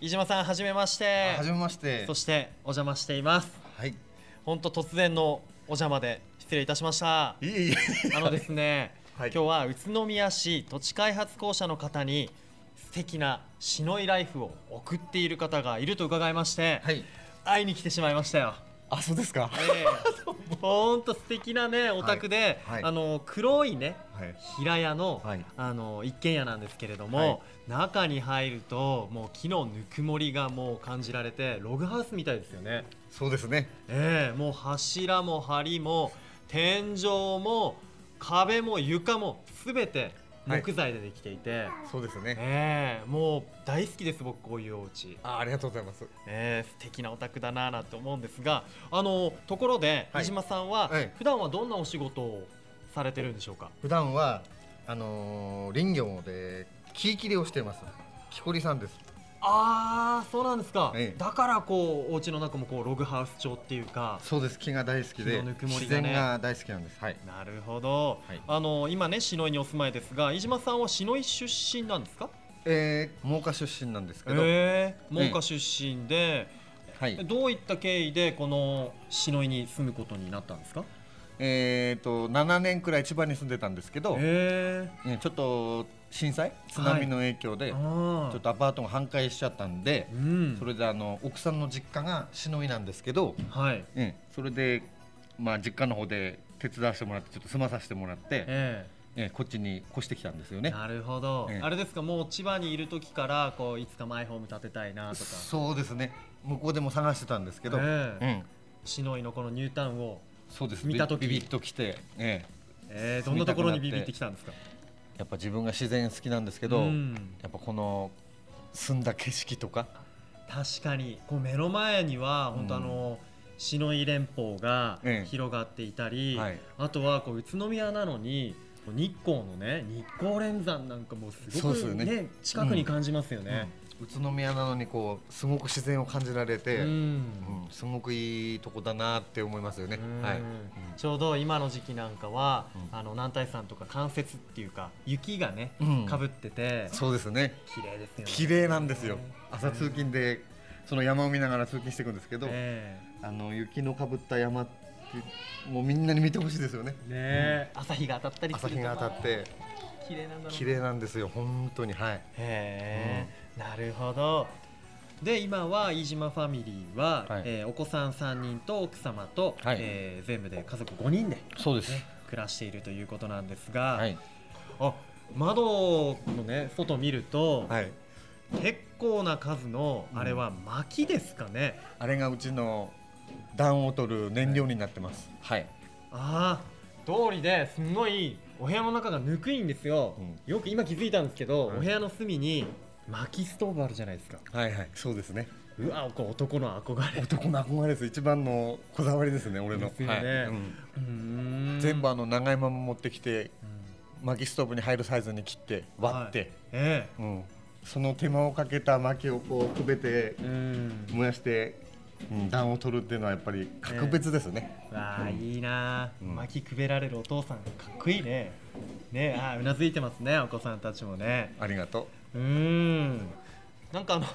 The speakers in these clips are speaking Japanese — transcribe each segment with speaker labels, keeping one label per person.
Speaker 1: 飯島さんはじめまし
Speaker 2: あ
Speaker 1: て
Speaker 2: はじめまして
Speaker 1: そしてお邪魔しています
Speaker 2: はいい
Speaker 1: 本当突然のお邪魔で失礼いたしました
Speaker 2: えいえ
Speaker 1: あのですね、
Speaker 2: はい
Speaker 1: 今日は宇都宮市土地開発公社の方に素敵なしのいライフを送っている方がいると伺いまして、
Speaker 2: はい
Speaker 1: 会いに来てしまいましたよ。
Speaker 2: あそうですか
Speaker 1: ええほんと素敵なねお宅で、
Speaker 2: はいはい
Speaker 1: あの黒いね
Speaker 2: はい
Speaker 1: 平屋の,、
Speaker 2: はい
Speaker 1: あの一軒家なんですけれども、
Speaker 2: はい
Speaker 1: 中に入るともう木のぬくもりがもう感じられてログハウスみたいですよね。
Speaker 2: そうですね
Speaker 1: ええもう柱も梁も天井も壁も床もすべて木材でできていて、
Speaker 2: そうですね
Speaker 1: ええもう大好きです僕こういうお家
Speaker 2: あありがとうございます
Speaker 1: ええ素敵なお宅だなぁなんて思うんですがあのところで
Speaker 2: はい
Speaker 1: 飯島さんは
Speaker 2: はい
Speaker 1: 普段はどんなお仕事をされてるんでしょうか、
Speaker 2: 普段はあのー林業で木切りをしてます木こりさんです
Speaker 1: ああそうなんですか、
Speaker 2: ええ
Speaker 1: だからこうお家の中もこうログハウス調っていうか
Speaker 2: そうです木が大好きで
Speaker 1: 木のぬくもり
Speaker 2: 自
Speaker 1: がね
Speaker 2: 然が大好きなんですはい
Speaker 1: なるほど、
Speaker 2: はい
Speaker 1: あの今ね篠井にお住まいですが飯島さんは篠井出身なんですか
Speaker 2: えー、真岡出身なんですけど、
Speaker 1: ええ真岡出身で、
Speaker 2: はい
Speaker 1: どういった経緯でこの篠井に住むことになったんですか
Speaker 2: えー、と7年くらい千葉に住んでたんですけど、
Speaker 1: え
Speaker 2: えーちょっと震災津波の影響
Speaker 1: え
Speaker 2: で、
Speaker 1: あ
Speaker 2: ちょっ
Speaker 1: と
Speaker 2: とアパートが半壊しちゃったんで
Speaker 1: う、ん
Speaker 2: それであの奥さんの実家がしのいなんですけど、
Speaker 1: はい
Speaker 2: ええそれで、まあ、実家の方で手伝わせてもらってちょっと住まさせてもらって、え
Speaker 1: え
Speaker 2: えこっちに越してきたんですよ
Speaker 1: え
Speaker 2: ね。
Speaker 1: なるほど、
Speaker 2: ええ
Speaker 1: あれですかもう千葉にいる時からこういつかマイホーム建てたいなとか
Speaker 2: そうですね向こうでも探してたんですけど、
Speaker 1: ええ
Speaker 2: うん、
Speaker 1: 篠井のこのニュータウンを、
Speaker 2: そうです
Speaker 1: 見た時
Speaker 2: ビビビッときて、ええ
Speaker 1: ええどんなところにビビってきたんですか
Speaker 2: やっぱ自分が自然好きなんですけど、
Speaker 1: うん
Speaker 2: やっぱこの澄んだ景色とか
Speaker 1: 確かにこう目の前には本当あの、篠井連峰が
Speaker 2: ええ
Speaker 1: 広がっていたり、
Speaker 2: はい
Speaker 1: あとはこう宇都宮なのにこう日光のね日光連山なんかもす
Speaker 2: そ
Speaker 1: ご
Speaker 2: うです
Speaker 1: く
Speaker 2: よ
Speaker 1: ね
Speaker 2: ね
Speaker 1: 近くに感じますよね。
Speaker 2: うん宇都宮なのにこうすごく自然を感じられ
Speaker 1: う
Speaker 2: て、うん
Speaker 1: ん
Speaker 2: すごくいいとこだなって思いますよね。
Speaker 1: うん
Speaker 2: はい、
Speaker 1: ちょうど今の時期なんかは、
Speaker 2: うん
Speaker 1: あの南大山とか冠雪っていうか雪がね
Speaker 2: うん
Speaker 1: かぶってて、
Speaker 2: そうですね。
Speaker 1: 綺麗ですよね。
Speaker 2: 綺麗なんですよ。朝通勤でその山を見ながら通勤していくんですけど、
Speaker 1: え
Speaker 2: あの雪のかぶった山ってもうみんなに見てほしいですよね。
Speaker 1: えねえ、朝日が当たったりす
Speaker 2: 朝
Speaker 1: ると
Speaker 2: 日が当たって
Speaker 1: 綺麗なんだろうな
Speaker 2: 綺麗なんですよ本当にはい。
Speaker 1: へえ、なるほど。で今は飯島ファミリーは、
Speaker 2: はい
Speaker 1: えーお子さん3人と奥様と、
Speaker 2: はい
Speaker 1: えー全部で家族5人で、ね、
Speaker 2: そうで。
Speaker 1: 暮らしているということなんですが、
Speaker 2: はい
Speaker 1: あ窓のね外見ると、
Speaker 2: はい。
Speaker 1: 結構な数のあれは薪ですかね、
Speaker 2: あれがうちの暖を取る燃料になってます。はい。
Speaker 1: ああ通りですんごいお部屋の中がぬくいんですよ、
Speaker 2: うん
Speaker 1: よく今気づいたんですけど、
Speaker 2: はい
Speaker 1: お部屋の隅に薪ストーブあるじゃないですか
Speaker 2: はいはい。そうですね。
Speaker 1: うわこれ男の憧れ
Speaker 2: 男の憧れです。一番のこだわりですね。俺の。
Speaker 1: ですよね
Speaker 2: はいうん全部あの長いまま持ってきて薪ストーブに入るサイズに切って割って、
Speaker 1: え
Speaker 2: うん、その手間をかけた薪をこうくべて
Speaker 1: えうん
Speaker 2: 燃やして、うん、暖を取るっていうのはやっぱり格別ですね、
Speaker 1: わあいいなあ
Speaker 2: うん
Speaker 1: 巻きくべられるお父さんかっこいいねねああうなずいてますねお子さんたちもね
Speaker 2: ありがと
Speaker 1: うーんなんかあの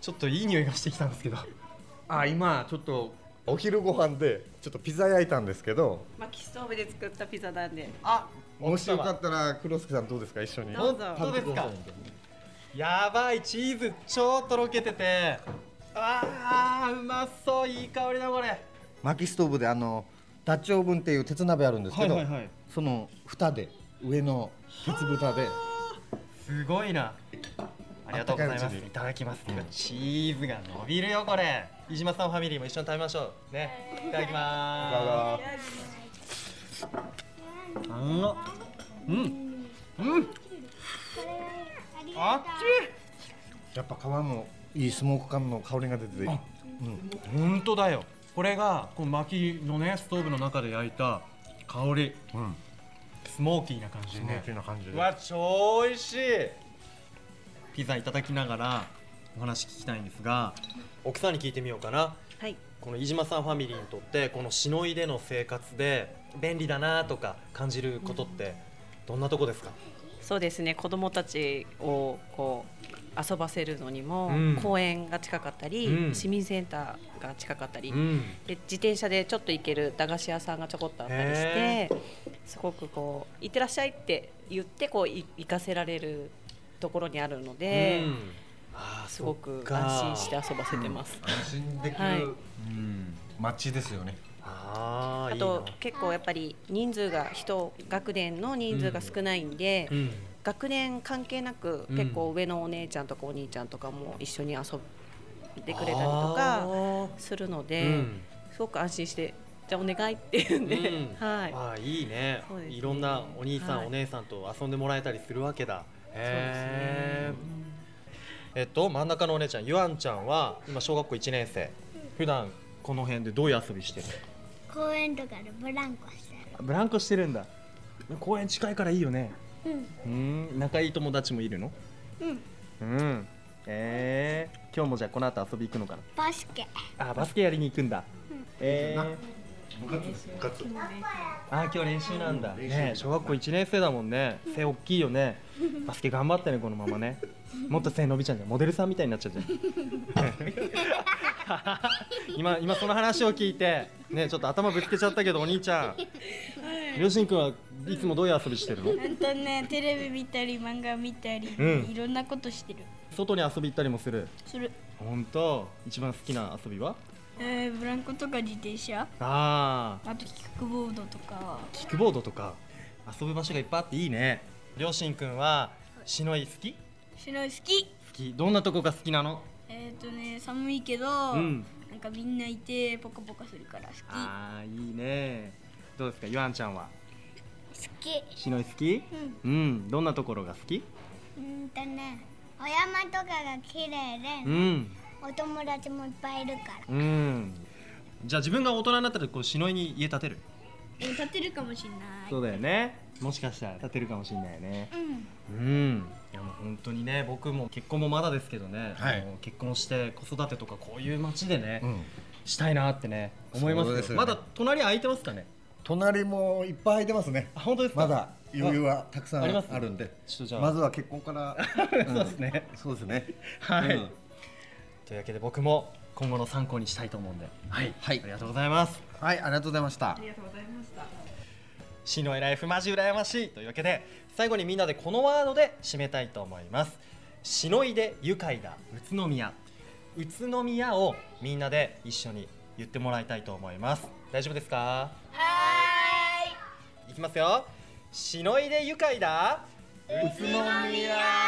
Speaker 1: ちょっといい匂いがしてきたんですけど
Speaker 2: うあ今ちょっとお昼ご飯でちょっとピザ焼いたんですけど
Speaker 3: 薪ストーブで作ったピザなんで
Speaker 1: あ
Speaker 2: もしよか
Speaker 1: っ
Speaker 2: ったら黒助さんどうですか一緒に
Speaker 3: どうぞ
Speaker 1: 本当ですかやばいチーズ超とろけててあーうまそういい香りだこれ
Speaker 2: 薪ストーブであのダッチオーブンっていう鉄鍋あるんですけど、
Speaker 1: い
Speaker 2: その蓋で上の鉄蓋です
Speaker 1: ごいな。ありがとうございま
Speaker 2: あった
Speaker 1: す。
Speaker 2: かいう
Speaker 1: い
Speaker 2: ちに
Speaker 1: ただきます。
Speaker 2: うん
Speaker 1: チーズが伸びるよこれ。飯島さんファミリーも一緒に食べましょう。ね。いただきまーす。うん。うん。うん。あっ
Speaker 2: やっぱ皮もいいスモーク感の香りが出てて、
Speaker 1: ち
Speaker 2: うん、
Speaker 1: い。本当だよ。これがこの薪のねストーブの中で焼いた香り。
Speaker 2: うん、
Speaker 1: スモーキーな感じでね。
Speaker 2: な感じ
Speaker 1: うわ超美味しい。ピザいただきながらお話聞きたいんですが、奥さんに聞いてみようかな。
Speaker 3: はい
Speaker 1: この飯島さんファミリーにとってこのしのいでの生活で便利だなとか感じることってどんなとこですか、
Speaker 3: そうですね子供たちをこう遊ばせるのにも、
Speaker 1: うん
Speaker 3: 公園が近かったり、
Speaker 1: うん
Speaker 3: 市民センターが近かったり、
Speaker 1: うん
Speaker 3: で自転車でちょっと行ける駄菓子屋さんがちょこっとあったりしてすごくこう「行ってらっしゃい」って言ってこうい行かせられるところにあるので、
Speaker 1: うんあー
Speaker 3: すごく
Speaker 1: そっか
Speaker 3: 安心して遊ばせてます。
Speaker 2: 安心できる、
Speaker 3: はい
Speaker 2: うん、街ですよね。
Speaker 1: あー
Speaker 3: あ
Speaker 1: いい
Speaker 3: と結構やっぱり人数が人学年の人数が少ないんで、
Speaker 1: なうん
Speaker 3: 学年関係なく
Speaker 1: うん
Speaker 3: 結構上のお姉ちゃんとかお兄ちゃんとかも一緒に遊んでくれたりと
Speaker 1: あ
Speaker 3: か
Speaker 1: ー
Speaker 3: するの
Speaker 1: う
Speaker 3: で、
Speaker 1: ん
Speaker 3: すごく安心してじゃあお願いって言うんで、
Speaker 1: うん
Speaker 3: はい。
Speaker 1: あーいいね
Speaker 3: そうですね
Speaker 1: いろんなお兄さん、
Speaker 3: はい
Speaker 1: お姉さんと遊んでもらえたりするわけだへ
Speaker 3: そうですねうん
Speaker 1: ーえっと真ん中のお姉ちゃんゆあんちゃんは今小学校1年生普段この辺でどういう遊びしてる
Speaker 4: 公園とかでブランコして
Speaker 1: ブランコしてるんだ公園近いからいいよね
Speaker 4: るうん
Speaker 1: うん仲いい友達もいるの
Speaker 4: うん
Speaker 1: うんええ今日もじゃあこの後遊び行くのか
Speaker 4: バスケ
Speaker 1: なあバスケやりに行くんだ、ええ
Speaker 2: 部活です部活。
Speaker 1: あ今日練習なんだ、ねえ小学校1年生だもんね背大きいよねバスケ頑張ってねこのままねもっと背伸びちゃうじゃんモデルさんみたいになっちゃうじゃん今今その話を聞いてねえちょっと頭ぶつけちゃったけどお兄ちゃん両親くんはいつもどういう遊びしてるの
Speaker 5: ほんとねテレビ見たり漫画見たり、
Speaker 1: うん
Speaker 5: いろんなことしてる
Speaker 1: 外に遊び行ったりもする
Speaker 5: それ、
Speaker 1: 本当一番好きな遊びは
Speaker 5: えーブランコとか自転車
Speaker 1: ああ
Speaker 5: あとキックボードとか
Speaker 1: キックボードとか遊ぶ場所がいっぱいあっていいね両親くんはしのい好き好
Speaker 5: しない好き
Speaker 1: きどんなとこが好きなの
Speaker 5: えっ、とね寒いけど、
Speaker 1: うん
Speaker 5: なんかみんないてポカポカするから好き
Speaker 1: ああいいねどうですかゆあんちゃんは
Speaker 4: 好き
Speaker 1: しのい好きうん、どんなところが好き
Speaker 4: うんとねお山とかが綺麗
Speaker 1: う
Speaker 4: で
Speaker 1: ん
Speaker 4: お友達もいっぱいいるから
Speaker 1: うんじゃあ自分が大人になったらこうしのいに家建てる
Speaker 5: えー立てるかもしれない
Speaker 1: そうだよねもしかしたら建てるかもしれないよね
Speaker 4: うん
Speaker 1: うん、いやもう本当にね僕も結婚もまだですけどね、
Speaker 2: はい
Speaker 1: あの結婚して子育てとかこういう街でね、
Speaker 2: うん。
Speaker 1: したいなってね思います
Speaker 2: そう
Speaker 1: よ
Speaker 2: ですよね
Speaker 1: まだ隣空いてますかね
Speaker 2: 隣もいっぱい空いてますね。
Speaker 1: あ本当ですか
Speaker 2: まだ余裕はたくさん
Speaker 1: ああります
Speaker 2: あるんで。
Speaker 1: ちょっとじゃあ
Speaker 2: まずは結 婚から。
Speaker 1: そうですね
Speaker 2: うん。そうですね。
Speaker 1: はい、
Speaker 2: うん
Speaker 1: というわけで僕も今後の参考にしたいと思うんではい、
Speaker 2: はい
Speaker 1: ありがとうございます
Speaker 2: はい、ありがとうございました。
Speaker 1: 死のいライフマジ羨ましいというわけで最後にみんなでこのワードで締めたいと思いますしのいで愉快だ宇都宮宇都宮をみんなで一緒に言ってもらいたいと思います大丈夫ですかはいいきますよしのいで愉快だ宇都宮